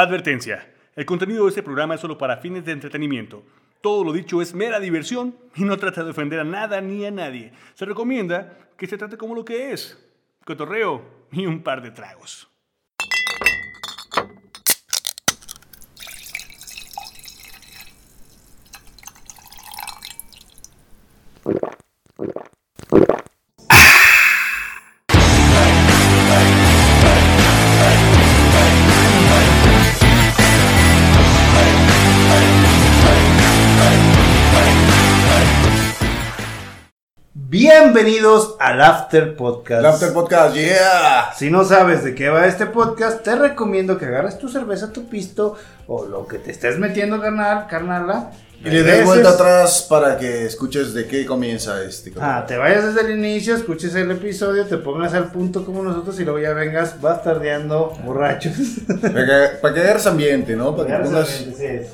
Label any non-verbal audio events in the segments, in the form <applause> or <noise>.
Advertencia. El contenido de este programa es solo para fines de entretenimiento. Todo lo dicho es mera diversión y no trata de ofender a nada ni a nadie. Se recomienda que se trate como lo que es. Cotorreo y un par de tragos. Bienvenidos al After Podcast. El After Podcast, yeah. Si no sabes de qué va este podcast, te recomiendo que agarres tu cerveza, tu pisto o lo que te estés metiendo, carnal, carnala. Y le des regreses. vuelta atrás para que escuches de qué comienza este. Ah, te vayas desde el inicio, escuches el episodio, te pongas al punto como nosotros y luego ya vengas bastardeando borrachos. Para que, para que agarres ambiente, ¿no? <laughs> Para que pongas Así es.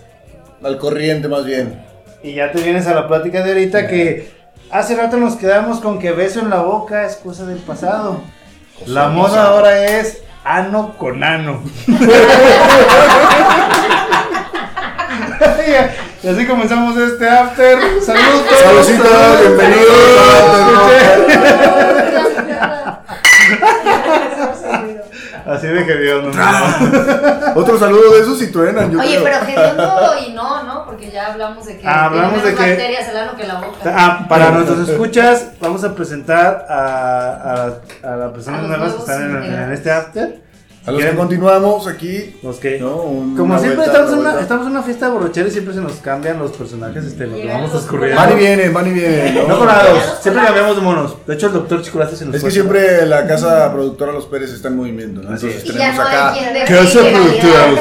al corriente más bien. Y ya te vienes a la plática de ahorita que hace rato nos quedamos con que beso en la boca es cosa del pasado. La moda ahora es ano con <laughs> ano. <laughs> y así comenzamos este after. Saludos. Saludcita, bienvenidos. Así de que Dios no. Ah. Otro saludo de esos si truenan, yo Oye, creo. pero hediondo y no, ¿no? Porque ya hablamos de que Ah, hablamos tiene de menos que- bacterias el ano que la boca. Ah, para nuestros escuchas, vamos a presentar a, a, a las personas A los nuevas que nuevos eh. están en, en integrantes. este after. A los que continuamos aquí. Los que- ¿no? Un- Como una siempre vuelta, estamos en, una, vuelta. estamos en una fiesta de borrochera y siempre se nos cambian los personajes, este, nos lo Llegan vamos los escurriendo. Van y vienen, van y vienen. ¿no? No colados, siempre cambiamos de monos. De hecho, el doctor Chocolate se nos Es fue. que siempre la casa productora Los Pérez está en movimiento, ¿no? Así es. Entonces y ya tenemos no acá. hay quien de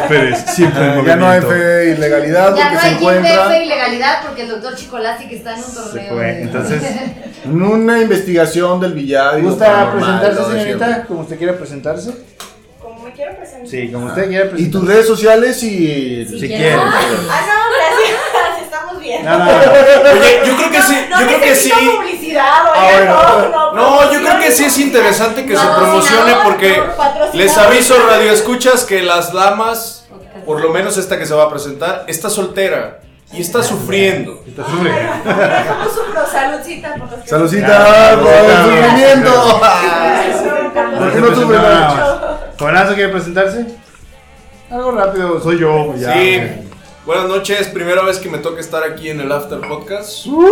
Pérez, siempre Ah, Ya no hay fe y legalidad Ya porque no se hay quien encuentra. de ilegalidad porque el doctor Chicolasi que está en un torneo. Se fue. de- Entonces, En Una investigación del billar. y ¿le lo gusta paranormal, presentarse, lo de siempre. señorita? Como usted quiera presentarse. Como me quiero presentar. Sí, como usted quiera presentarse. Y tus redes sociales y. Si quiere. Ah, no, gracias. <laughs> Estamos bien. No, no, no. Oye, <laughs> yo creo que sí, No yo creo que sí. necesito publicidad, oiga, Ah, bueno. no, no. No, yo creo que sí promociones. es interesante que se Patrocinador, promocione porque no, patrocinador. les aviso radio escuchas que las damas, por lo menos esta que se va a presentar, está soltera y <laughs> está sufriendo. Está sufriendo. Ay, ¿Cómo sufro? Saludcita por los que- Salucita por Salucita. el sufrimiento. Ah, Ay, sufren <laughs> por los ¿Por Ahora se qué no presenta sufre nada mucho? más. ¿Jovenazo quiere presentarse? Algo rápido, soy yo. Ya. Sí. Buenas noches, primera vez que me toca estar aquí en el After Podcast. ¡Uy!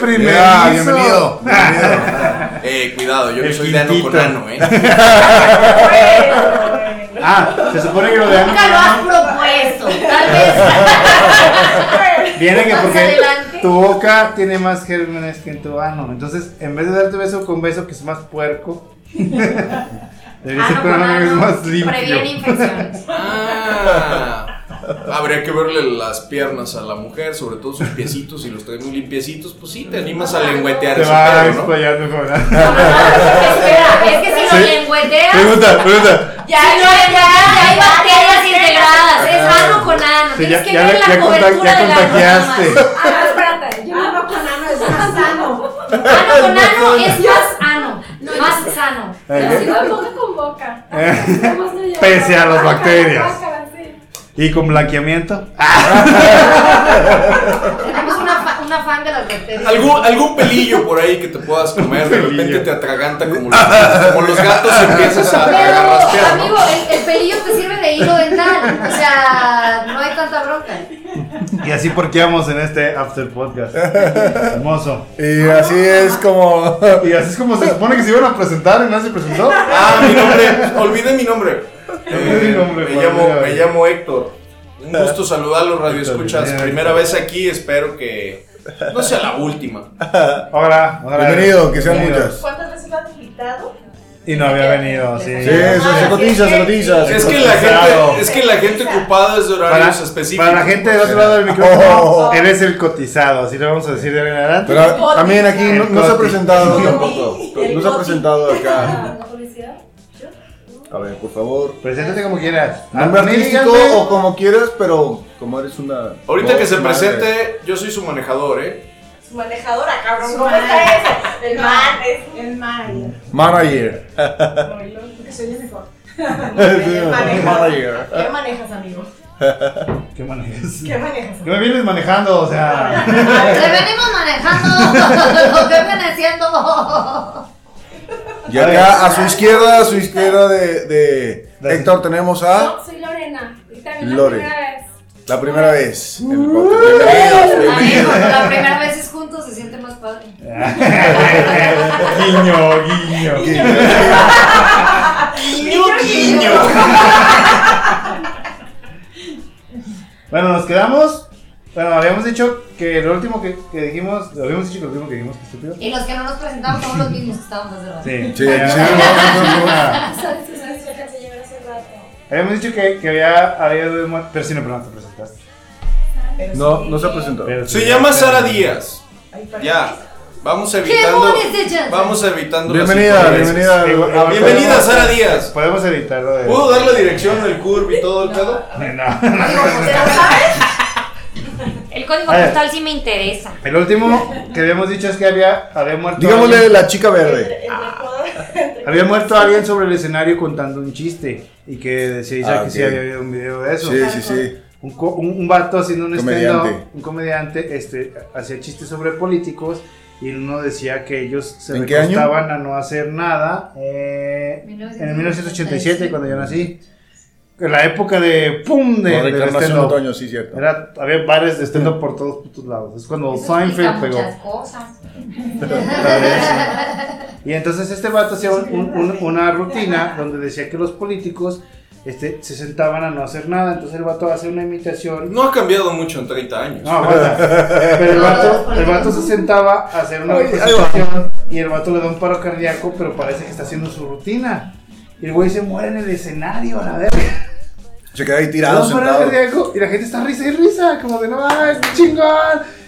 Primero. Ya, bienvenido. <laughs> Eh, cuidado, yo El no soy de ano con quintito. ano, eh. Bueno, bueno. Ah, se supone que lo de Ana Nunca lo has Fernanda propuesto. Tal Ah. <laughs> vez. Ah, Ah, viene que Pues Más porque adelante. tu boca tiene más gérmenes que en tu ano. Entonces, en vez de darte beso con beso que es más <laughs> puerco, debería ser Ano con Ah, con ano que es ano más Previene limpio. infecciones. Ah, habría que verle las piernas a la mujer, sobre todo sus piecitos, si los traes muy limpiecitos, pues sí, te animas a lengüetear Te ese va a perro, ¿no? explayar mejor. Espera, es que si lo Sí. lengüeteas. Pregunta, pregunta. Ya, no, ya, ya hay bacterias integradas, es ano con ano, Ah. Sí, tienes ya- que ya- ver la ya conta- cobertura ya de la contagiaste. mama. Ah, espérate, <laughs> yo no con ano, es más Ano sano. con ano es más ano, más sano. Si no, boca con boca. Vamos a <laughs> llegar. Pese a las Ajá, bacterias. <laughs> ajá, sí. ¿Y con blanqueamiento? Tenemos una, fa- una fan de las bacterias. ¿Algún, algún pelillo por ahí que te puedas comer, de repente Pelillo. te atraganta <laughs> como los, como los gatos y empiezas a, a Pero, garraspear, amigo, ¿no? el, el pelillo te sirve de hilo dental, o sea, no hay tanta bronca. Y así porqueamos en este After Podcast. Hermoso. Y así es como. Y así es como se supone que se iban a presentar y no se presentó. Ah, mi nombre, olvidé mi nombre. Eh, Olvidé mi nombre, me, madre, llamo, ya. me llamo Héctor. Un gusto saludarlos, Radio Escuchas. Héctor. Primera vez aquí, espero que no sea la <laughs> última. Ahora, ahora. Bienvenido, que sean Bienvenido. muchas. ¿Cuántas veces lo has invitado? Y no había venido, sí. Sí, eso se cotiza, se cotiza. se Es que la cotiza. gente, es que la gente ocupada es de Para, horarios específicos. para la gente del otro lado del micrófono, Oh. eres el cotizado, así lo vamos a decir de ahora en adelante. Pero también aquí no, no se ha presentado El tampoco. Coti. No se ha presentado acá. ¿La publicidad? A ver, por favor. Preséntate como quieras. Nombre A mí artístico díganme- o como quieras, pero como eres una. Ahorita que se Madre. presente, yo soy su manejador, ¿eh? Su manejadora, cabrón. Su ¿Cómo manager. está eso? El man. es- El man. Manager. <laughs> Porque soy el mejor. ¿Qué manejas? Manejar. ¿Qué manejas, amigo? ¿Qué manejas? ¿Qué manejas? ¿Qué me vienes manejando? O <laughs> sea. Le venimos manejando <laughs> lo que viene siendo. Y acá a su izquierda, a su izquierda de, de Gracias. Héctor tenemos a No, soy Lorena. Y también la Lore. primera vez. la primera vez. en el podcast. Bienvenidos, Ay, bienvenidos. cuando la primera vez es juntos se siente más padre. guiño, guiño. Niño, Bueno, nos quedamos. Bueno, habíamos dicho que lo último que, que dijimos. lo Habíamos dicho que lo último que dijimos, que estúpido. Y los que no nos presentamos somos los mismos que estábamos hace rato. Sí, Sí, aquí se ve habíamos, ¿Sabes que sabes que se llevar hace rato? habíamos dicho que, que había, había habido muerte, pero sí, no, pero no te presentaste. No, no se presentó. Pero sí, Se llama pero- Sara Díaz. Ay, perdón. Ya. Vamos evitando. ¡Qué de Jensen! Vamos evitando. las Bienvenida, incoherencias. bienvenida. Sí, bueno, al- Bienvenida Podemos- Sara Díaz. Podemos editarlo de. ¿Puedo dar la dirección del curve y todo el pedo? No. Digo, pues, ¿te lo sabes? El código A ver. postal sí me interesa. El último que habíamos dicho es que había, había muerto. Digámosle alguien- la chica eh, verde. Entre- entre Ecuador, entre- Había muerto alguien sobre el escenario contando un chiste. Y que decía Isaac Ah, que ok. sí había habido un video de eso. Sí, sí, sí. un, co- un, un vato haciendo un Comediante. stand un comediante, este, hacía chistes sobre políticos y uno decía que ellos se ¿En qué año? recostaban a no hacer nada eh, en el 1987, 1987, cuando yo nací. En la época de ¡pum! de, Con del Reencarnación stand-up. Otoño, Este. sí, cierto. este Era- había bares de stand-up por todos putos lados. Es cuando Eso Seinfeld explica pegó. muchas cosas. Y entonces este vato hacía un- un- un- una rutina donde decía que los políticos este, se sentaban a no hacer nada. Entonces el vato hace una imitación No ha cambiado mucho en 30 años. No, aguanta. Pero el vato, el vato se sentaba a hacer una presentación y el vato le da un paro cardíaco, pero parece que está haciendo su rutina. Y el güey se muere en el escenario, a la verga. Se queda ahí Le da tirado, un paro sentado. <laughs> cardíaco y la gente está risa y risa, como de no mames, qué chingón.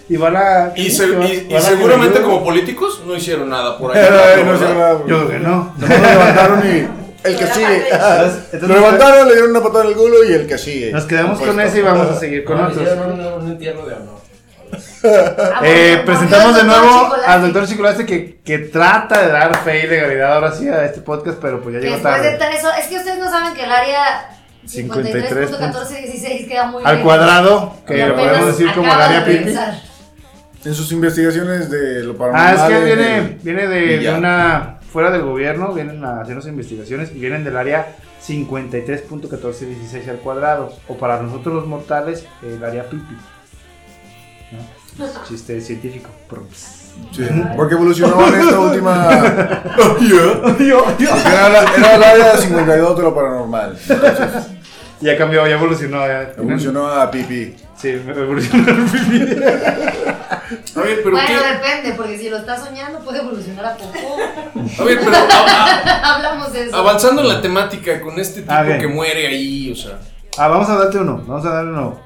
Y van a. Y, se- van- y- y van a seguramente Hollywood. como políticos no hicieron nada por <laughs> ahí. Era- ¿verdad? no sé, nada. Yo creo que no. Nomás lo levantaron y. El que Era sigue. <laughs> parte Entonces, entonces eh, Lo levantaron, le dieron una patada en el culo y el que sigue. Nos quedamos con Puesto. ese y vamos a seguir con No, otros. hicieron un, un entierro de honor. Ah, bueno, <laughs> Eh, volvió presentamos de el doctor nuevo Chocolate. al doctor Chicolaste que, que trata de dar fe y legalidad ahora sí a este podcast, pero pues ya llegó Después de tarde. tan eso, es que ustedes no saben que el área 53.1416 queda muy Al lejos. cuadrado, que Y lo apenas podemos decir como el acabo área de pipi. pensar. En sus investigaciones de lo Ah, paranormal. es que de- viene, viene de, y de ya. una. fuera del gobierno, vienen a hacernos investigaciones y vienen del área 53.1416 al cuadrado. O para nosotros los mortales, el área pipi. ¿No? Chiste científico. pues, Sí, porque evolucionó en esta última. Oh, Porque Era, la- era el área 52 de lo paranormal. Ya cambió, ya evolucionó. Ya. Evolucionó a pipí. Sí, evolucionó el pipi. A ver, pero Bueno, ¿qué? depende, porque si lo estás soñando puede evolucionar a poco. <laughs> A ver, pero a- Hablamos de a- eso. avanzando en la temática con este tipo Ah, bien. que muere ahí, o sea. Ah, vamos a darte uno, vamos a darle uno.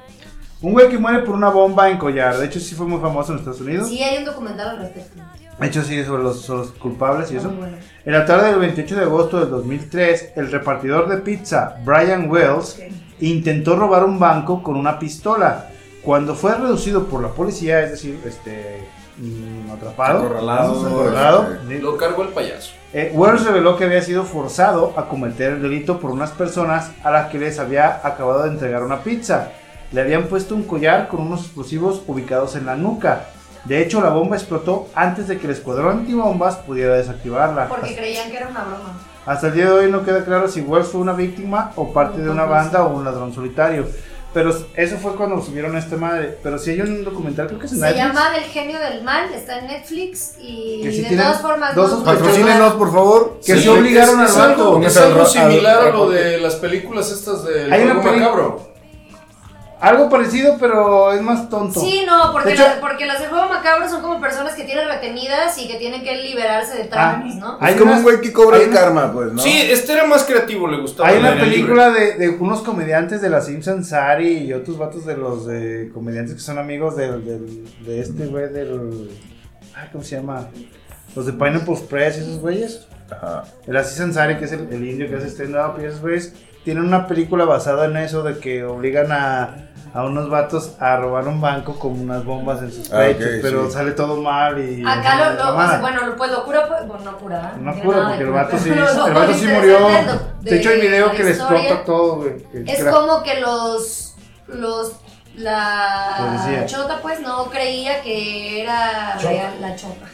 Un güey que muere por una bomba en collar. De hecho, sí fue muy famoso en Estados Unidos. Sí, hay un documental al respecto. De hecho, sí, sobre los, sobre los culpables y eso. Muy bueno. En la tarde del 28 de agosto del 2003, el repartidor de pizza Brian Wells intentó robar un banco con una pistola. Cuando fue reducido por la policía, es decir, este, mm, atrapado, Acorralado, este, acorralado, sí, Lo cargo al payaso. eh, Wells reveló que había sido forzado a cometer el delito por unas personas a las que les había acabado de entregar una pizza. Le habían puesto un collar con unos explosivos ubicados en la nuca. De hecho, la bomba explotó antes de que el escuadrón antibombas pudiera desactivarla. Porque creían que era una broma. Hasta el día de hoy no queda claro si Wells fue una víctima o parte de una banda o un ladrón solitario. Pero eso fue cuando subieron a esta madre. Pero si hay un documental, creo que es en Se Netflix. llama Del genio del mal, está en Netflix y Que sí de tienen todas formas. dos no- Patrocínenos, por favor. Que Sí, se obligaron es- es al algo- vato. Es Al algo ra- similar al- a lo de las películas estas del Hay una Juego peli- macabro. Algo parecido, pero es más tonto. Sí, no, porque, De hecho- las, porque las del juego macabro son como personas que tienen retenidas y que tienen que liberarse Ah. de traumas, ¿no? Hay Es como unas- un güey que cobra hay el una- karma, pues, ¿no? Sí, este era más creativo, le gustaba. Hay el una aire libre. película de, de unos comediantes de la Simpson Sari y otros vatos de los de comediantes que son amigos del, del- de este güey del. ay, ¿Cómo se llama? Los de Pineapple Press y esos güeyes. Ajá. El Aziz Ansari, que es el, el indio que hace stand-up, y esos güeyes tienen una película basada en eso de que obligan a, a unos vatos a robar un banco con unas bombas en sus Ah, pechos, ok, pero sí. sale todo mal y... Acá lo, lo- mamada. bueno, pues locura, pues, bueno, no cura, ¿verdad? No Tiene pudo, nada de porque el cura, vato sí, <laughs> pero lo el vato sí interesante murió. es lo- De hecho, hay video la que le historia explota todo, güey. que Es cra- como que los, los, la Policía. chota, pues, no creía que era real la chota.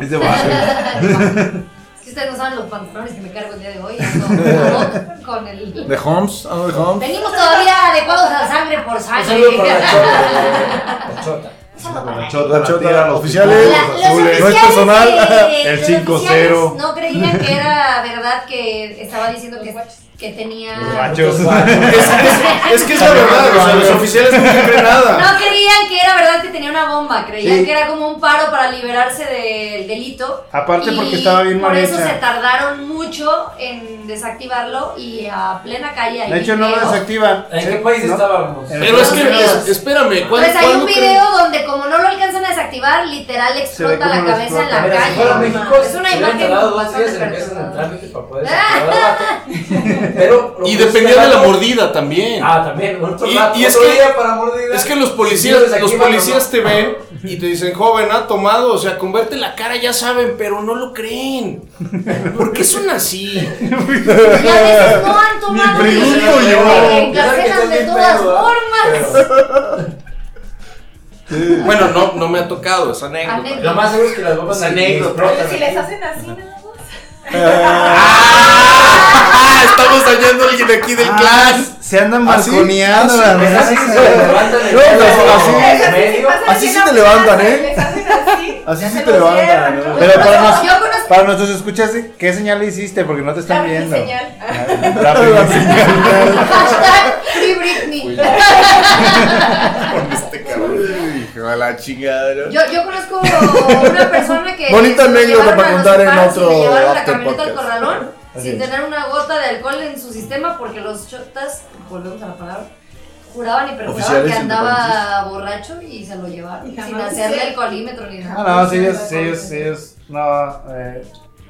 Es de base. <laughs> Es que ustedes no saben los pantalones que me cargo el día de hoy. ando con el... ¿De Holmes? ¿Algo Ah, de <laughs> Holmes? Venimos todavía adecuados a sangre por Un sangre. <laughs> saludo para la chota. La chota. Un saludo para la chota, La chota, tira, los La- oficiales. eh. los No es oficiales, personal. eh, El los 5-0. oficiales No creían que era verdad que estaba diciendo que, que tenía. Los machos. Es, es- es que es la verdad, o sea, los oficiales no creen nada. No creían que era verdad que tenía una bomba. Creían Sí. que era como un paro para liberarse del delito. Aparte Y porque estaba bien Por eso malhecha. se tardaron mucho en desactivarlo y a plena calle. ahí De hecho, no lo creo. desactivan. ¿En qué Sí, país ¿no? estábamos? En- Pero es que, es- espérame, ¿cuándo, Pues hay un cuándo creen- video donde como no lo alcanzan a desactivar, literal ve explota cómo la lo cabeza en explota. la Mira, calle. si fuera no México, mames. es <laughs> se una hubieran imagen tardado dos días en bastante empiezan el perturbadora. trámite para poder Ah, desactivar al vato. Pero lo Y que dependía de está la mal- mordida también. Ah, también. Otro Y- vato, y es otro que- día para mordida. Es que los Sí, policías, desde los aquí, mano, policías no. te ven y te dicen, joven, ha tomado, o sea, con verte la cara ya saben, pero no lo <laughs> creen. ¿Por qué son así? Y a veces no han tomado Ni y pregunto te yo. Yo sé que encarcelan de estás bien todas pedo, ¿ah? formas. Pero Bueno, no, no me ha tocado esa anécdota. Anécdota. Lo más seguro es que las bombas Anécdota. explotan. Si les hacen así, nada más. ¡Ah! Estamos dañando a alguien aquí del clan. Se andan ¿Ah, sí? balconeando la Les raza. hacen que se levantan el No, pero dedo Ah, así- medio. Así sí te levantan, ¿eh? Les hacen así. Así ya sí se te los levantan, cierran, ¿no? ¿no? Pero Yo para, conozco- nos, yo conozco- para nuestros escuchas, ¿qué señal le hiciste? Porque no te están La viendo. señal. <laughs> La primera señal. <laughs> Hashtag Free Britney. Con este cabrón. Hijo de la chingada. Yo, yo conozco una persona que. Bonita se lo anécdota llevaron para a los contar en paros y otro le llevaron la after camioneta al podcast. corralón Así sin es. tener una gota de alcohol en su sistema porque los chotas, volvemos a la palabra, juraban y perjuraban Oficiales que andaba independentistas. borracho y se lo llevaron Y sin jamás- hacerle sí. el colímetro ni nada. Ah, no, sí, ellos, sí, ellos, sí, ellos. No, eh,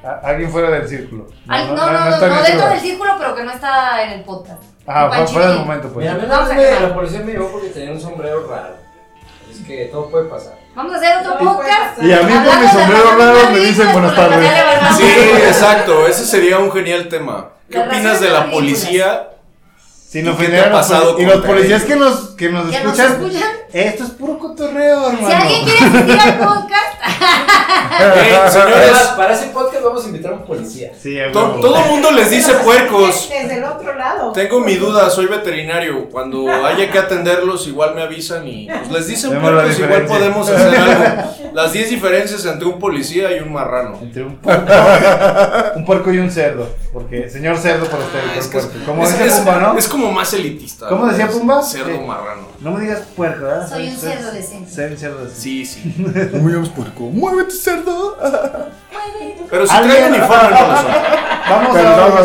a- alguien fuera del círculo. Ay, no, no, no, no, está en el dentro círculo. del círculo, pero que no está en el podcast. Ajá, Un Ah, fue- fuera del panchitín. momento, pues. Mira, a mí una Vamos a vez me- acabar. la policía me llevó porque tenía un sombrero raro. Es que todo puede pasar. Vamos a hacer otro Sí, podcast. puede Y a mí por mi Hablando de sombrero razas raro me ridículas dicen buenas por las que tardes. ya le agarramos. Sí, exacto, ese sería un genial tema. ¿Qué Las opinas razones de la ridículas. policía? Sin ofender ¿Qué te ha a los pasado poli- Y con los policías Tere? que nos, que nos ¿Ya nos escuchan. escuchan? Esto es puro cotorreo, hermano. Si alguien quiere asistir al podcast, Eh, señores, Para, para ese podcast vamos a invitar a un policía. Sí, a to- huevo. todo el mundo les dice pues, puercos. Desde el otro lado. Tengo mi duda, soy veterinario. Cuando haya que atenderlos, igual me avisan y pues, les dicen Vemos la puercos, igual diferencia. podemos <laughs> hacer algo. Las 10 diferencias entre un policía y un marrano. Entre un puerco, <laughs> un puerco y un cerdo. Porque, señor cerdo para usted. Ah, por es, que es- puerco. como es- decía es- Pumba, ¿no? es como más elitista. ¿Cómo decía Es Pumba? Cerdo Sí. marrano. No me digas puerco, ¿verdad? Soy un Soy- cerdo decente. Soy un cerdo decente. Sí, sí. <laughs> Williams Puerco. ¡Muévete, cerdo! Pero si Alguien- traen uniforme, no Vamos a Perdón,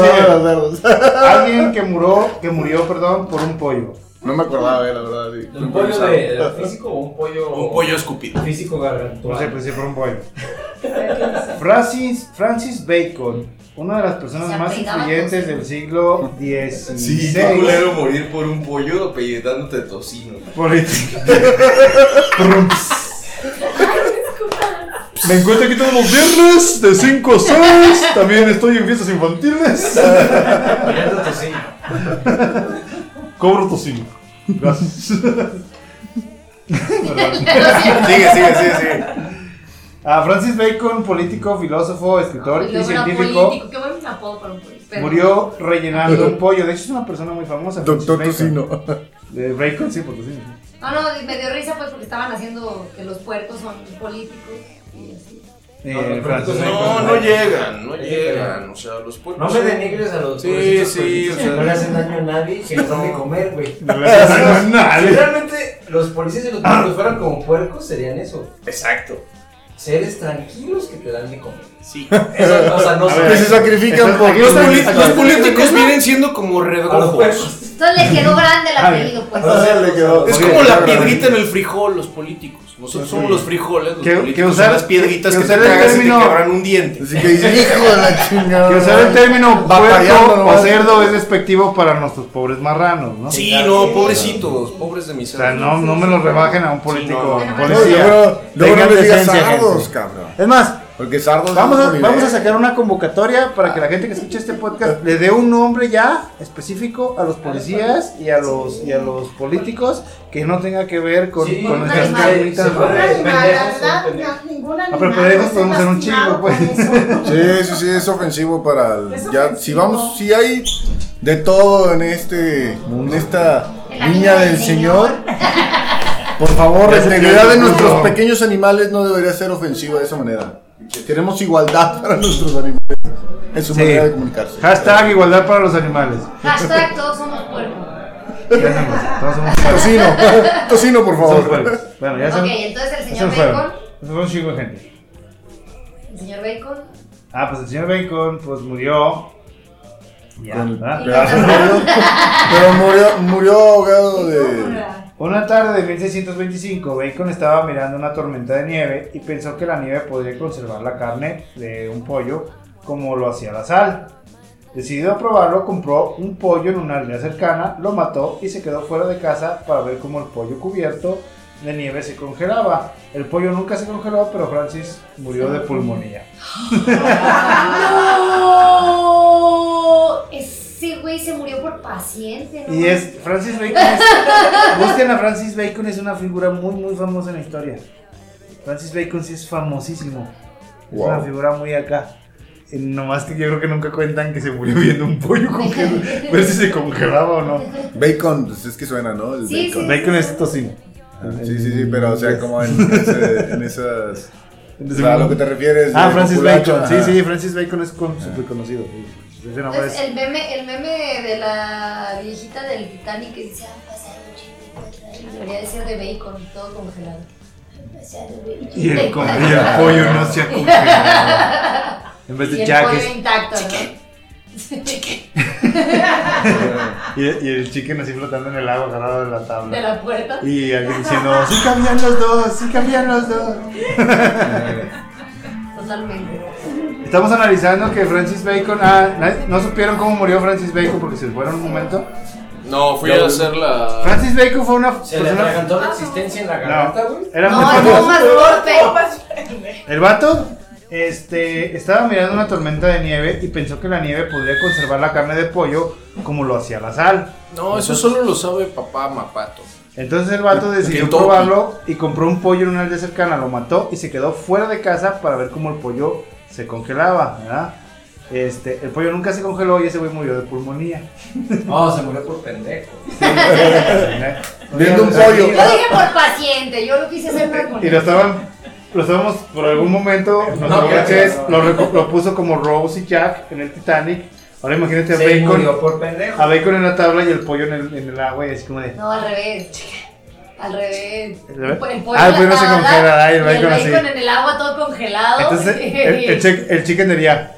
ver. perdón, perdón, perdón. Alguien que murió, que murió, perdón, por un pollo. No me acordaba, eh, la verdad. sí. ¿Un pollo de, de físico o un pollo, Un pollo escupido. físico No gargantuano? sé, pues sí, por un <laughs> pollo. Francis, Francis Bacon, una de las Se personas más apellidaba influyentes del siglo XVI. morir por un pollo apellidándote tocino. Política. Trum. Me encuentro aquí todos los viernes de 5 a 6. También estoy en fiestas infantiles. Mirando tocino. Cobro tocino. Gracias. Sigue, sigue, sigue, sigue. Ah, Francis Bacon, político, filósofo, escritor Y y luego era científico, político. Qué buen apodo para un político. Pero- murió rellenando un pollo. De hecho, es una persona muy famosa. Francis Doctor Bacon. Tocino. Eh, Bacon, sí, por tocino. No, no, me dio risa pues porque estaban haciendo que los puercos son políticos y así. Eh, No, no, Francis pero- Bacon. No, no llegan, no llegan. O sea, los No puercos. me son- denigres a los Sí, pobrecitos sí, policías o sea- que no le hacen daño a nadie y que les dan de comer, güey. No le <laughs> hacen daño a nadie. Si realmente los policías y los puercos fueran como puercos, serían eso. Exacto. Seres tranquilos que te dan <laughs> de comer. <laughs> Sí. Eso, o sea, no A son- ver, Que se sacrifican por Entonces, aquí están- Los, poli- aquí los están- políticos vienen siendo como a los redondos. puercos. Entonces le quedó <laughs> grande el Ah, bien. apellido, pues. Ah, le quedó. Es Ok, como la ya, piedrita en el frijol, los políticos. Nosotros somos los frijoles, los Que- políticos que son usar- las piedritas que que, usar te el cagas término- y te quebran un diente. Así que dice, hijo de <laughs> la chingada. Que usar el término Batallando puerco o nomás. cerdo es despectivo para nuestros pobres marranos, ¿no? Sí, no, pobrecitos, pobres de mis O sea, no, no me lo rebajen a un político no, o a un no. No, policía. luego- Luego no Tengan me digas decencia, sardos, gente. cabrón. Es más, Porque sardos. vamos es a, un vamos a nivel. sacar una convocatoria para que la gente que escuche este podcast le dé un nombre ya específico a los policías y a los, y a los políticos que no tenga que ver con, Sí, con un estas animal. carnitas. Se fue un animal, la Pendejos, verdad, pendejos. no, ningún pero animal. pendejos se podemos hacer un lastimado chingo, pues. con eso. Sí, sí, sí, es ofensivo para el. Es Ya, ofensivo. si vamos, si hay de todo en este. En esta El amigo niña del del señor. Señor. Por favor, Ya la se integridad pierde de el nuestros fútbol. pequeños animales no debería ser ofensiva de esa manera. Queremos igualdad para nuestros animales en su Sí. manera de comunicarse. Hashtag igualdad para los animales. Hashtag todos somos puerco. Ya somos- todos somos puercos, <laughs> Tocino, tocino, por somos favor. puercos. Bueno, ya Ok, son- entonces el ya se señor nos fueron. Bacon. Se fue un chingo de gente. El señor <laughs> Bacon. Ah, pues el señor Bacon, pues murió. Ya, ¿verdad? Y lo Pero, taparon. pero murió, murió ahogado de. Cobra. Una tarde de 1625, Bacon estaba mirando una tormenta de nieve y pensó que la nieve podría conservar la carne de un pollo como lo hacía la sal. Decidido a probarlo, compró un pollo en una aldea cercana, lo mató y se quedó fuera de casa para ver cómo el pollo cubierto de nieve se congelaba. El pollo nunca se congeló, pero Francis murió de pulmonía. ¡No! Ese güey se murió por paciente, ¿no? Y es Francis Bacon. <laughs> es- busquen a Francis Bacon, es una figura muy, muy famosa en la historia. Francis Bacon sí es famosísimo. Es Wow. una figura muy acá. Eh, Nomás que yo creo que nunca cuentan que se murió viendo un pollo <laughs> congelado. Ver si se congelaba o no. Bacon, pues es que suena, ¿no? El Sí, bacon. Bacon es tocino. Ah, Sí, sí, sí, pero o sea, como en, ese- <laughs> en esas. O sea, a lo que te refieres. Ah, de Francis populacho, Bacon. Sí, ajá. Ah. sí, Francis Bacon es con- súper conocido. sí. Es una Entonces, vez- el meme, el meme de la viejita del Titanic que "Ah, decía, han pasado 84 años, debería de ser de bacon y todo congelado. Han pasado 84 Y el, con- y años. el pollo no se ha <laughs> congelado. En vez Y de el Jack pollo es intacto, Y, y el chicken así flotando en el agua, agarrado de la ¿no? tabla. <laughs> De <laughs> la puerta. Y alguien diciendo, sí cambian los dos, sí cambian los dos. Totalmente. Estamos analizando que Francis Bacon, ah, ¿na- no supieron cómo murió Francis Bacon porque se fueron un momento. No, fui a hacer la. Francis Bacon fue una Se le persona... atragantó la existencia en la garganta, <laughs> güey. Era muy No, el famoso. más golpe. El vato este, estaba mirando una tormenta de nieve y pensó que la nieve podría conservar la carne de pollo como lo hacía la sal. No, eso solo lo sabe papá Mapato. Entonces el vato decidió Kentucky. probarlo y compró un pollo en una aldea cercana, lo mató y se quedó fuera de casa para ver cómo el pollo se congelaba, ¿verdad? Este, el pollo nunca se congeló y ese güey murió de pulmonía. <laughs> <laughs> No, se murió por pendejo. Viendo un pollo. Yo dije por paciente, yo lo quise hacer por Y lo estaban, lo estábamos por algún momento, nuestro No, Borges no, lo, reco- lo puso como Rose y Jack en el Titanic. Ahora imagínate a Se Bacon, murió por pendejo. a Bacon en la tabla y el pollo en el, en el agua y así como de... No, al revés. chica. Al revés. ¿Al revés? El Ah, el en pollo la se tabla congela, ay, el y bacon así. en el agua todo congelado. <laughs> Entonces el, el, chick- el chicken diría,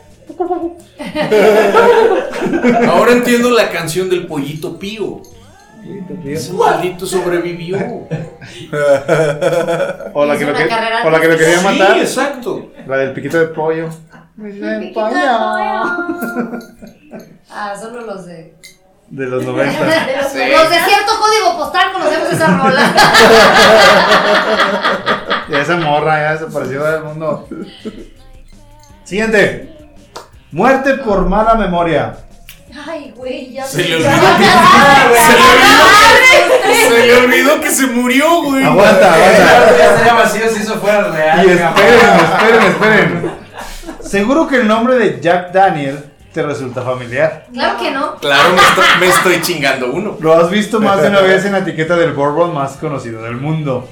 Ahora entiendo la canción del pollito pío. Ese maldito sobrevivió. o la que lo Hizo una que- carrera o la que lo quería sí, matar. exacto. La del piquito de pollo. Piquito de pollo. Ah, solo <laughs> los de. De los De 90. los, Sí. los de cierto código postal conocemos esa rola. <laughs> Y esa morra ya desapareció del mundo. Siguiente. Muerte por mala memoria. Ay, güey, ya Se le ya- olvidó. Se le olvidó que se murió, güey. Aguanta, aguanta. Claro, ya estaría vacío si eso fuera real. Y cabrón. esperen, esperen, esperen. Seguro que el nombre de Jack Daniel te resulta familiar. Claro que no. Claro, me estoy, me estoy chingando uno. Lo has visto más de una vez <laughs> en la etiqueta del bourbon más conocido del mundo.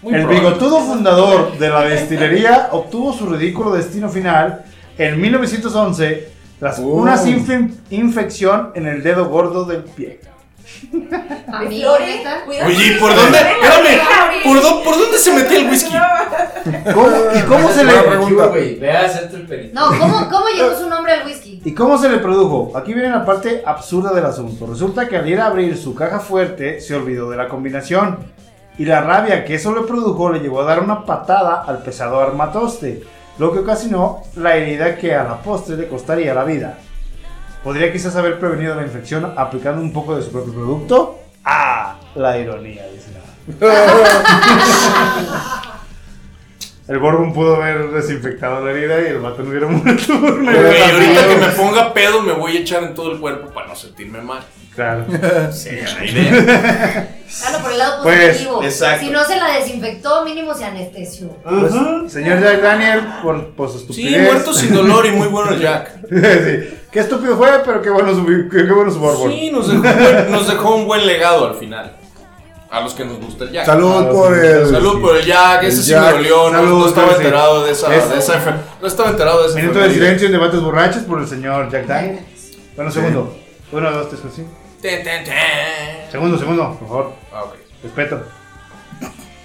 Muy el probable. bigotudo fundador de la destilería obtuvo su ridículo destino final en 1911 tras Oh. una simple infección en el dedo gordo del pie. A mí, Flores, neta. cuidado. Oye, ¿y ¿por dónde? Espérame, ¿por, dó- ¿por dónde se metió el whisky? ¿Cómo, ¿Y cómo se le Buena pregunta. güey. Ve a hacerte el perito. No, ¿cómo, cómo llegó su nombre al whisky? ¿Y cómo se le produjo? Aquí viene la parte absurda del asunto. Resulta que al ir a abrir su caja fuerte, se olvidó de la combinación. Y la rabia que eso le produjo le llevó a dar una patada al pesado armatoste, lo que ocasionó la herida que a la postre le costaría la vida. ¿Podría quizás haber prevenido la infección aplicando un poco de su propio producto? ¡Ah! La ironía, dice la- El Borbón pudo haber desinfectado la herida y el vato no hubiera <laughs> muerto por una Güey, herida ahorita tan que fea. me ponga pedo me voy a echar en todo el cuerpo para no sentirme mal. Claro. Sí, la idea. Claro, por el lado Pues, positivo. exacto. Si no se la desinfectó, mínimo se anestesió. Pues, señor Jack Daniel, por, por su <laughs> Sí, estupidez. muerto sin dolor y muy bueno el Jack. <laughs> Sí. Qué estúpido fue, pero qué bueno su, qué, qué bueno su barbón. Sí, nos dejó, un buen- nos dejó un buen legado al final. A los que nos gusta el Jack. <laughs> Ah, Salud por el. Salud por el Jack, ese El sí Jack. me dolió, no, Salud, no estaba sí. enterado de esa, Es- de esa enfer- no estaba enterado de esa Minuto de enfermedad. silencio en debates borrachos por el señor Jack Daniel. Bueno, segundo. Uno, dos, tres, cuatro, cinco. Ten, ten, ten. Segundo, segundo, por favor. Ah, ok. Respeto.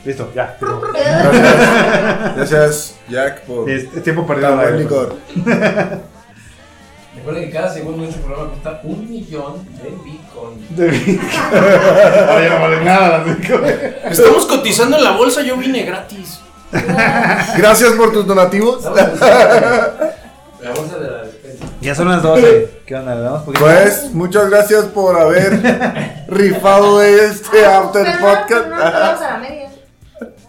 Listo, ya. Gracias, Jack, por. Es, Este, es tiempo perdido. Tan la buen verdad. licor. Recuerda que cada segundo de este programa cuesta un millón de bitcoin. De- <laughs> Ahora ya no vale nada las cinco. <laughs> Estamos cotizando en la bolsa, yo vine gratis. Gracias por tus donativos. Estamos en La bolsa de la despensa. Ya son las 12. ¿Qué onda? ¿Le damos poquito? Pues, muchas gracias <laughs> por haber rifado este after Pero no, podcast. No, no empezamos a la media.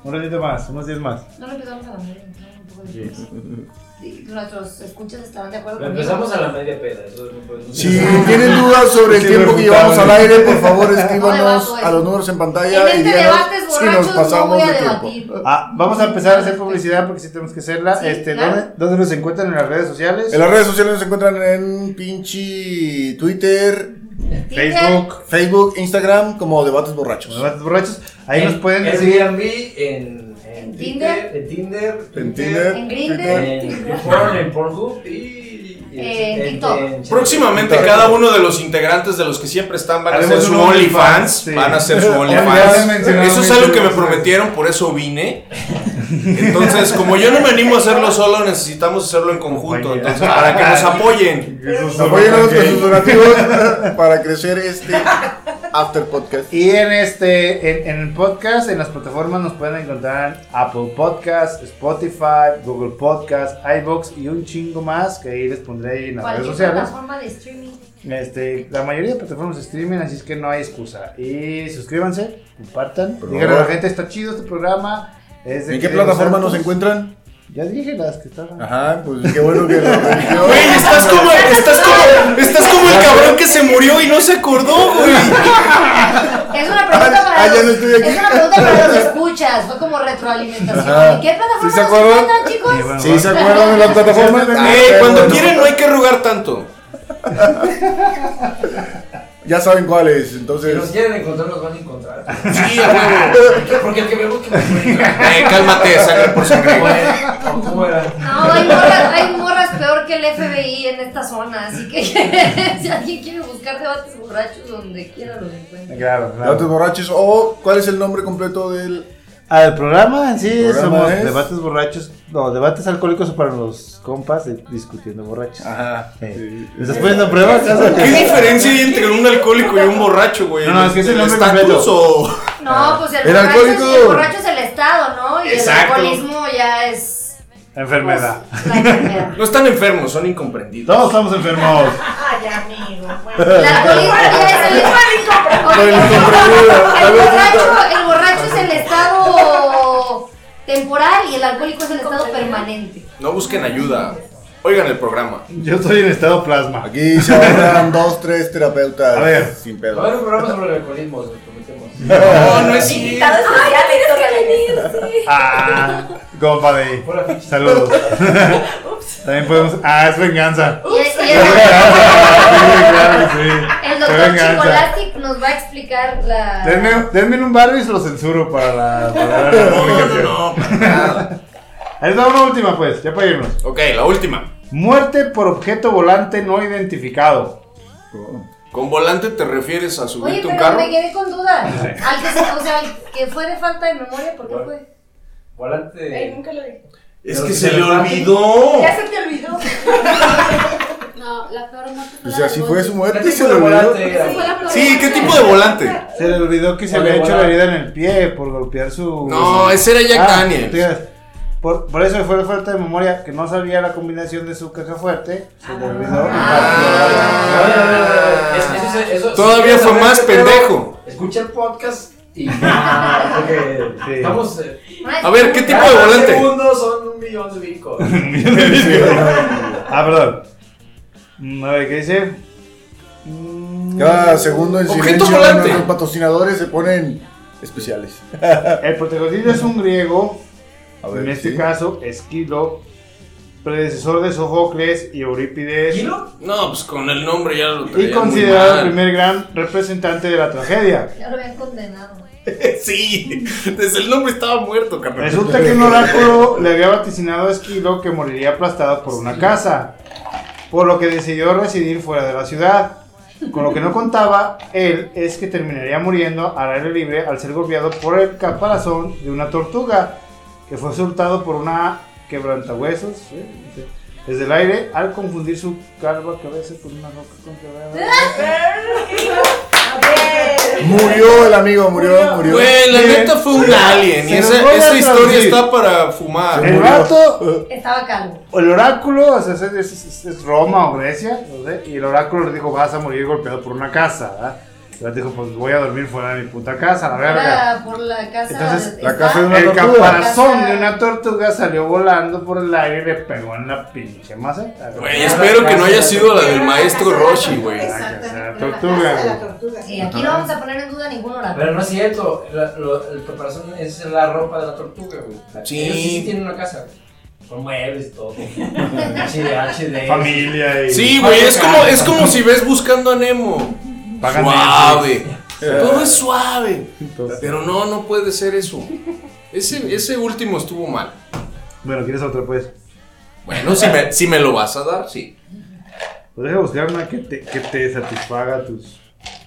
Un ratito más, unos 10 más. No lo empezamos a la media. no, un poco de- Sí, Nuestros escuchas estaban de acuerdo Lo conmigo. empezamos a la media peda. Eso no podemos Si tienen dudas sobre el Sí, tiempo me que llevamos al gustaba. aire, por favor No debato escríbanos eso. a los números en pantalla En y este díganos debates si nos borrachos no pasamos voy a de tiempo. debatir. Ah, vamos a empezar a hacer publicidad porque sí tenemos que hacerla. Sí, este, claro. ¿dónde, ¿Dónde nos encuentran en las redes sociales? En las redes sociales nos encuentran en pinche Twitter, Facebook. Facebook, Instagram como Debates Borrachos. Debates borrachos. Ahí nos pueden recibir. recibir. En Airbnb, en, ¿En En Tinder. En Tinder, En Grindr. En YouPorn, en Pornhub y. este, y- En TikTok. Próximamente cada uno de los integrantes de los que siempre están van a Haremos hacer su un OnlyFans, OnlyFans, sí. van a <laughs> hacer su ya OnlyFans. mencionaron Eso es mucho algo que me eso. prometieron, por eso <laughs> vine. Entonces, como yo no me animo a hacerlo solo, necesitamos hacerlo en conjunto, Compañía. entonces para que nos apoyen. apóyenos con sus donativos para crecer este after podcast. Y en este, en, en el podcast, en las plataformas nos pueden encontrar en Apple Podcast, Spotify, Google Podcast, iBox y un chingo más que ahí les pondré en las redes Cualquier sociales. plataforma de streaming. Este, la mayoría de plataformas streamen, así es que no hay excusa. Y suscríbanse, compartan, Por díganle a la favor. gente está chido este programa. es de ¿En qué Queremos plataforma Santos. nos encuentran? Ya dije las que estaban. Ajá, pues qué bueno que <laughs> lo registró. Güey, estás como, estás como, estás como Ah, el cabrón que se murió y no se acordó, güey. Es una pregunta para Ah, ya los, no estoy aquí. Es una pregunta para los escuchas. Fue como retroalimentación. Ajá. ¿Y qué plataforma ¿Sí se nos acuerdan? encuentran, chicos? Sí, bueno. ¿Sí se acuerdan Ah, de la plataforma? Ah, Ey, Eh, cuando quieran quieren no hay que rogar tanto. Ya saben cuál es, Si nos entonces. quieren encontrar, nos van a encontrar. <laughs> Sí, a huevo. Porque el que me busca me encuentra. Eh, cálmate, sangre por sangre. ¿Cómo era? ¿Cómo era? No, hay morras, hay morras peor que el FBI en esta zona. Así que si alguien quiere buscar debates borrachos donde quiera los encuentra. Claro, claro. Debates borrachos o cuál es el nombre completo del Ah, el programa en sí Programa somos es- debates borrachos, no, debates alcohólicos para los compas de- discutiendo borrachos. Ajá. Eh, ¿me ¿Estás poniendo pruebas? ¿Qué diferencia hay entre un alcohólico y un borracho, güey? No, no, es que es el nombre estatus completo. o- No, pues el, El borracho, alcohólico. Es, el borracho es el Estado, ¿no? Y Exacto. el alcoholismo ya es. pues, Enfermedad. la enfermedad. No están enfermos, son incomprendidos. Todos estamos enfermos. Ah, Ay, amigo. <laughs> El alcoholismo ya es el. Por el incomprendido. El borracho, el borracho es el estado temporal y el alcohólico es el estado permanente. No busquen ayuda. Oigan el <laughs> programa. <laughs> Yo estoy en estado plasma. Aquí se ahorran dos, tres terapeutas. A ver. Sin Va a haber pedo. un programa sobre el alcoholismo, se lo prometemos. No, no es cierto. Ah, compa de ahí. Fuera fichas. Saludos. También podemos. Ah, es venganza. Y es- y Sí, claro <laughs> que <laughs> sí. el, el Qué doctor venganza. Chicolastic nos va a explicar la. Denme, denme en un barrio y se lo censuro para la, para la No, publicación. no, no, para nada. Ahí está una última, pues, ya para irnos. Ok, la última. Muerte por objeto volante no identificado. ¿Con volante te refieres a Oye, subirte un pero carro? <laughs> me quedé con duda. Al que, se- o sea, al que fue de falta de memoria, ¿por qué fue? Él Volante. nunca lo <laughs> dijo. Es Pero que si se se le lo mate. olvidó. Ya se te olvidó. No, la peor muerte fue O la sea, del si bote. fue su muerte, ¿Qué se tipo de lo olvidó. volante era? Esa fue la peor Sí, ¿qué muerte. tipo de volante? Se le olvidó que se Vale, había hecho la vale. herida en el pie por golpear su. No, ese era Jack Ah, Daniels. tías, Por, por eso fue la falta de memoria, que no sabía la combinación de su caja fuerte. Se le olvidó. Ah. No, Ah, no, no, Ah. no, no. Es- eso- eso- eso- si Todavía quieres fue saber más este pedo, pendejo. Escucha el podcast <laughs> y. Ah, porque Sí. Estamos. eh, A ver, ¿qué tipo de cada volante? segundo son un millón de bitcoins. Ah, <laughs> perdón. Mm, A ver, ¿qué dice? Mm, Cada segundo en Objeto silencio volante. nuestros patrocinadores se ponen especiales. El protagonista es un griego, A en este sí. caso Esquilo, predecesor de Sofocles y Eurípides. ¿Kilo? No, pues con el nombre ya lo traía Y muy considerado el mal. primer gran representante de la tragedia. Ya lo habían condenado. <laughs> Sí, desde el nombre estaba muerto, carnal. Resulta que un oráculo le había vaticinado a Esquilo que moriría aplastado por una casa, por lo que decidió residir fuera de la ciudad. Con lo que no contaba él es que terminaría muriendo al aire libre al ser golpeado por el caparazón de una tortuga, que fue soltado por una quebrantahuesos ¿sí? Sí. desde el aire al confundir su calva cabeza con una roca con Murió el amigo, murió, murió. Güey, la Bien. neta fue un alien. Y Se nos esa, voy a esa historia traducir. está para fumar. El murió. vato Estaba calvo. O el oráculo, o sea, es, es- es- es Roma o Grecia, no sé, y el oráculo le dijo, vas a morir golpeado por una casa, ¿verdad? Y él dijo, pues voy a dormir fuera de mi puta casa, la verga. Era por la casa. Entonces, está- la casa de una El tortuga. caparazón de una tortuga salió volando por el aire y le pegó en la pinche maceta. Güey, espero que no haya sido la del maestro Roshi, güey. Exactamente. La La tortuga, casa de la güey. tortuga. Sí, aquí no vamos a poner en duda ningún oráculo. Pero no es cierto, la- lo- el caparazón es la ropa de la tortuga, güey. Sí. Ellos sí, tienen una casa, güey. Con muebles y <laughs> todo. H, HD. Familia y... Sí, güey, es como, es como si ves buscando a Nemo. Pagan Suave. Todo es suave. Entonces, Pero no, no puede ser eso. Ese, ese último estuvo mal. Bueno, ¿quieres otra pues? Bueno, si me, si me lo vas a dar, sí. Pues deja buscar una que te, que te satisfaga tus...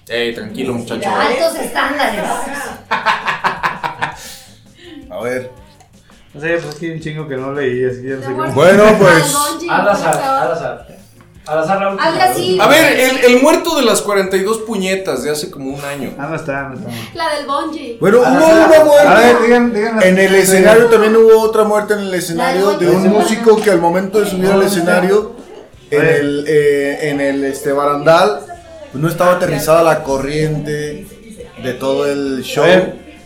Ey, tranquilo, muchacho. Altos estándares. Ah, A ver. No sé, pues es que hay un chingo que no leí, así que ya no sé cómo... Bueno, pues. Al azar, al azar. Al azar la última. Hazla así. A ver, el, el muerto de las 42 puñetas de hace como un año. Ah, no está, no está. La del bungee. Bueno, hubo una Ah, A ver, muerte. digan, digan... las- En el escenario también hubo otra muerte en el escenario de un Ay, músico que al momento de subir al escenario, en el, eh, en el este, barandal, pues no estaba aterrizada la corriente de todo el show.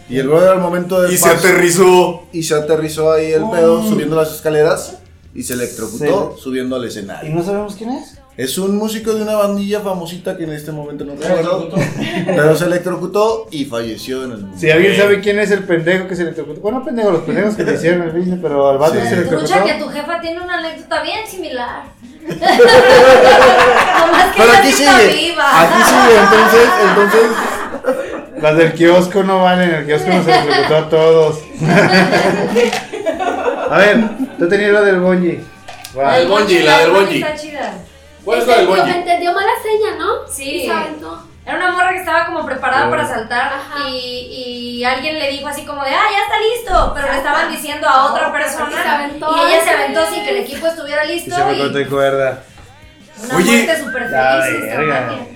Y el brother al momento del paso- aterrizó. y se aterrizó ahí el pedo subiendo las escaleras y se electrocutó subiendo al ¿Y escenario. no sabemos quién es? Es un músico de una bandilla famosita que en este momento no Se recuerdo, electrocutó. pero se electrocutó y falleció en el Si alguien sabe quién es el pendejo que se electrocutó. Bueno, pendejo, los pendejos que le hicieron el business, pero al vato Sí. que se Escucha electrocutó. que tu jefa tiene una anécdota bien <laughs> similar. <laughs> Nomás que Pero ella aquí sí sigue, está viva. aquí sigue, entonces, entonces, Las del kiosco no valen, el kiosco nos electrocutó a todos. a ver, tú tenías la del Bonji. La del bungee, la del bungee. Está chida. ¿Cuál es la Este, del Entendió- bungee? Entendió mala seña, ¿no? Sí. Y se aventó. Era una morra que estaba como preparada Eh. para saltar Ajá. y, y alguien le dijo así como de, ah, ya está listo, pero le estaban diciendo a otra persona Y se aventó y ella se así. aventó sin que el equipo estuviera Y listo se me y, cortó y cuerda. una Oye, muerte súper la feliz. esta verga. magia.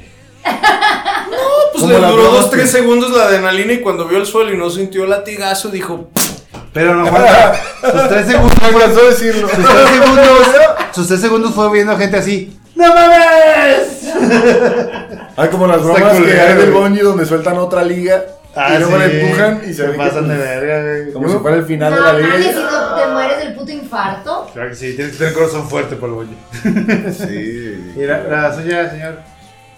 No, pues ¿Cómo le la duró dos, probaste? tres segundos la adrenalina y cuando vio el suelo y no sintió latigazo dijo, Pero no falta. Sus tres segundos. me cansó decirlo. Sus tres <laughs> segundos. Sus tres segundos fue viendo gente así. ¡No mames! Hay como las Está bromas que culero, hay del güey. Ah, bungee donde sueltan otra liga y luego la empujan y Ah, se, ve que- pues, pasan de verga, güey. Como Yo- si fuera el final de No, la mames, si liga. no te mueres del puto infarto. Claro que sí, tienes que tener corazón fuerte por el boño. Sí. Y la, la suya, señor.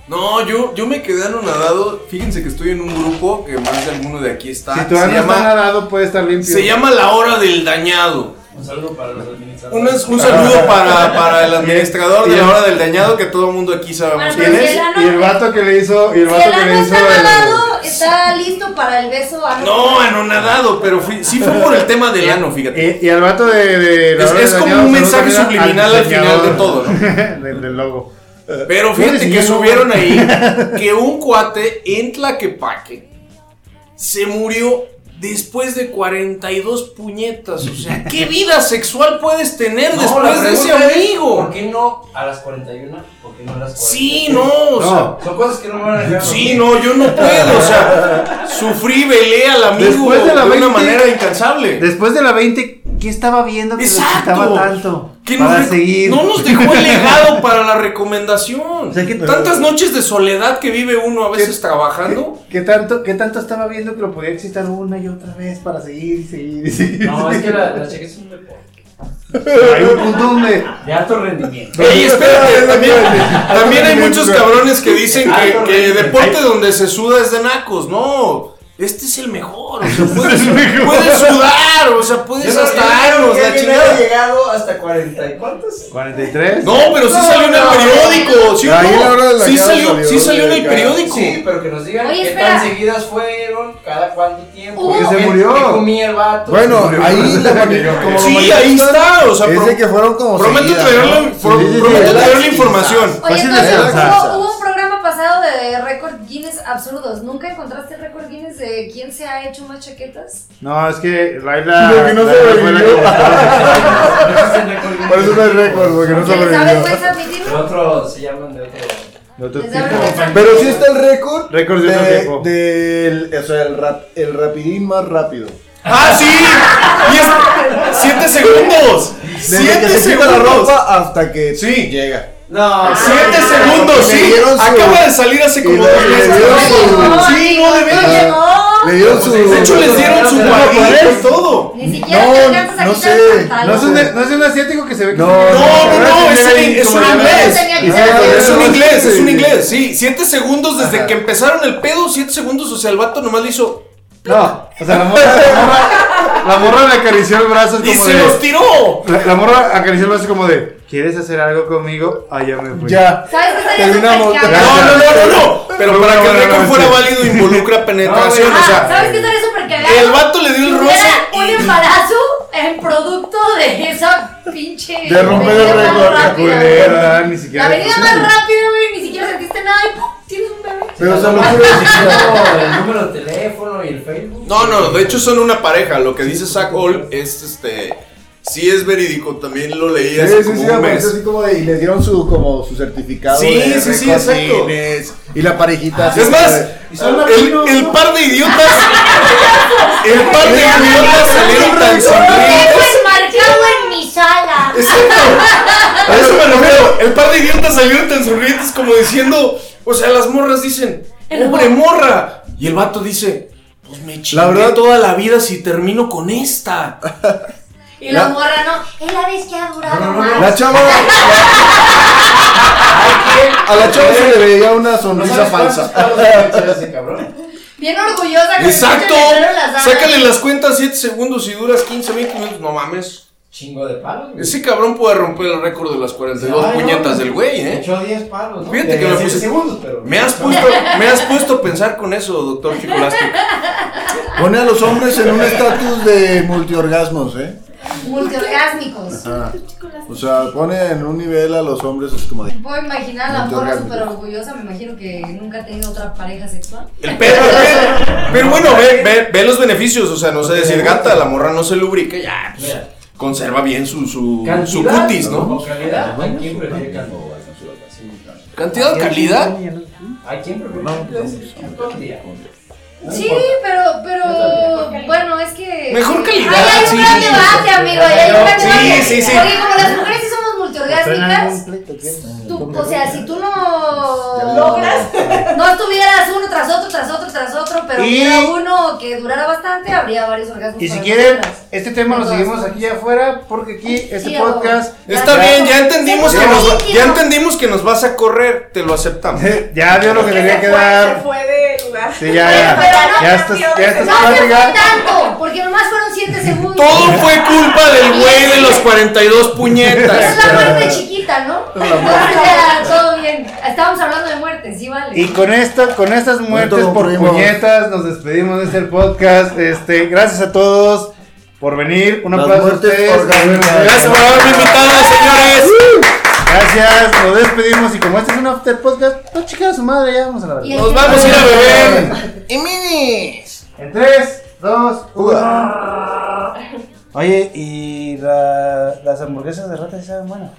No, yo, yo me quedé anonadado. Fíjense que estoy en un grupo que más de alguno de aquí está. si se, tu ano está llama, nadado, puede estar limpio. se llama La Hora del Dañado. Un saludo para los Un, administradores. un saludo para, para el administrador de La Hora del Dañado que todo el mundo aquí Bueno, sabemos quién pero si es. el ano- Y el vato que le hizo. Y el Si vato el que le ano hizo. está el- nadado, está listo para el beso ano. No, anonadado, pero fui- sí fue por el tema del ano, fíjate. Y, y al vato de. de la Es- hora es del como dañado, un saludos mensaje también subliminal al final diseñador de todo, <laughs> ¿no? del, del logo. Pero fíjate Pobrecillo. que subieron ahí que un cuate en Tlaquepaque se murió Después de 42 puñetas, o sea, ¿qué vida sexual puedes tener después la de ese pregunta es, amigo? ¿Por qué no a las 41? ¿Por qué no a las 40? Sí, no, o sea, Son cosas que no me van a dejar. sí, dormir. no, yo no puedo, o sea, sufrí, velé al amigo Después de de, la una 20, manera incansable. Después de la 20, ¿qué estaba viendo que lo Exacto. excitaba tanto? Que nos para rec- seguir. no nos dejó el legado para la recomendación. O sea, que- Tantas noches de soledad que vive uno a veces trabajando. <laughs> ¿Qué tanto, ¿Qué tanto estaba viendo que lo podía excitar una y otra vez para seguir y seguir y seguir? No, es que la, la checa es un deporte. Hay un punto donde. De alto rendimiento. Ey, espérate, también, también hay muchos cabrones que dicen que, que deporte donde se suda es de nacos. No, este es el mejor. O sea, puedes, puedes sudar, o sea, puedes hasta aros, la ha chingada. llegado hasta 40 y cuántos. 43. No, pero sí salió en el no, no. periódico, ¿sí o Ahí la hora de no? la Sí llave salió, salió sí salió en el de acá. periódico. Sí, pero que nos digan Oye, qué espera. tan seguidas fueron, cada cuánto tiempo. Porque qué- se murió. qué comía el vato. Bueno, ahí la como Sí, mayoría ahí está, o sea, Es pro- de que fueron como prometo seguidas, traer la, ¿no? pro- Sí, sí, sí. prometo Las traer la quince. información. Oye, Fácil de entonces, alcanzar. hubo, hubo un programa pasado de récord Guinness absurdos. ¿Nunca encontraste el récord Guinness de quién se ha hecho más chaquetas? No, es que Laila. Lo que no se Laila Ah, fue revivió. la <laughs> Por eso no hay récord, porque no se ¿Les da revivió. vergüenza De admitirlo? otro, se llaman de otro. que- de otro Les da tipo. vergüenza. Pero sí está el récord Récord de otro tiempo. del- o sea, el, rap, el rapidín más rápido. ¡Ah, sí! Y es- ¡Siete segundos! Desde que ¡Siete se quita la segundos! ropa hasta que Sí. llega. No, ¡Siete segundos! Le Sí, dieron su- acaba de salir hace como le dos meses. dieron No, su- Sí, no, de veras. llegó. Le dieron su. De hecho, les dieron su No, guardito y todo. Ni siquiera No, te alcanzas a no quitar sé, el pantalón. No es, un, no es un asiático que se ve que No, se- No, no, no, es Llega un- ahí es como un la- inglés. Tenía que Y ser se- alguien. Es un Sí. inglés, es un Sí. inglés, sí. Siete segundos desde que empezaron el pedo, siete segundos, o sea, el vato nomás le hizo. No, o sea, la morra, la morra- la morra le acarició el brazo es ¡Y como se los de. tiró! La, la morra acarició el brazo como de. ¿Quieres hacer algo conmigo? Ah, ya me fui. Ya. ¿Sabes qué sería súper Terminamos. No, cabrón? no, no, no, no. Pero No, para no, que el no, récord no, fuera sí. <laughs> válido involucra penetración, Ah, o sea. ¿Sabes qué estaría súper cagado? El vato le Ah, dio Si el hubiera roce un y- embarazo en producto de esa pinche. De romper el avenida más récord, la rápida, culera, güey. Ah, ni siquiera. La avenida más rápida, güey. Ni siquiera sentiste nada y ¡pum! Tienes un bebé. Pero se lo no, juro. el número de teléfono y el Facebook. No, no, de hecho son una pareja. Lo que dice Zach Hall es este. Sí es verídico, también lo leí Sí, hace sí, como sí, un aparece mes. así como de, y les dieron su, como su certificado. Sí, de sí, sí, récord exacto. Guinness, Y la parejita. así Es como más, de- Y son el, latinos, el ¿no? par de idiotas. El par de idiotas salieron tan sonrientes. Pues marcado en mi sala. A eso me refiero. El par de idiotas salieron tan sonrientes como diciendo. O sea, las morras dicen, pobre morra. Y el vato dice, pues me chingué verdad- toda la vida si termino con esta. Y La- la morra no. Es la vez que ha durado No, no, no, más. La chava. A la chava se le veía una No sonrisa sabes cuántos falsa. palos le echó ese cabrón. Bien orgullosa. que Exacto. le echaron las alas. Sácale las cuentas 7 segundos y duras 15, 20 minutos. No mames. Chingo de palos. güey. Ese cabrón puede romper el récord de las 42 Ay, no, puñetas del güey, le ¿eh? Echó 10 palos. ¿no? Fíjate que De me siete puse- segundos, pero. Me has puesto, me has puesto a pensar con eso, doctor Chicolástico. Pone a los hombres en un estatus de multiorgasmos, ¿eh? Multiorgásmicos. Ah, o sea, pone en un nivel a los hombres es como de. Puedo imaginar a la morra Multiorgásmicos. súper orgullosa. Me imagino que nunca ha tenido otra pareja sexual. El <laughs> pedo, pero, pero bueno, ve, ve, ve los beneficios, o sea, no sé decir gata, la morra no se lubrica, ya, pues, Mira. conserva bien su, su, su Cantidad, cutis, ¿no? O calidad. ¿A quién prefiere calidad? Cantidad, calidad, ¿A quién prefiere calidad? Todo el día. Sí, pero, pero bueno, es que. Mejor calidad, Ahí hay un sí. gran debate, amigo. Ahí hay un gran Sí, debate. sí, sí. Porque como las mujeres sí somos multiorgásmicas, tú, o sea, si tú no logras, no estuvieras uno tras otro, tras otro, tras otro, pero Y- hubiera uno que durara bastante, habría varios orgasmos. Y si para quieren, nosotras. este tema lo Todas seguimos formas. aquí afuera porque aquí Sí, este a huevo. podcast. está Ya. bien, ya entendimos que Sexo nos, va- ya íntimo. entendimos que nos vas a correr, te lo aceptamos. Ya dio lo que Que tenía se que fue, se dar. fue del lugar. Sí, ya, ya. Pero no Ya estás, ya cambió de estás No se fue plática. tanto, porque nomás fueron 7 segundos. Todo fue culpa del güey de los 42 Esa puñetas. es la muerte chiquita, ¿no? <laughs> Entonces ya, todo bien. Estábamos hablando de muerte, sí vale. Y con esto, con estas muertes Nosotros por concluimos. puñetas, nos despedimos de este podcast. Este, gracias a todos por venir. Un Las aplauso a muertes ustedes. orgánicas. Gracias por haberme invitado, señores. Gracias, nos despedimos. Y como este es un after podcast, pues no chicas, su madre, ya vamos a la verga. Y el Nos que- vamos a ir a beber. Y minis. En 3, dos, uno. Oye, ¿y la- las hamburguesas de rata sí saben buenas?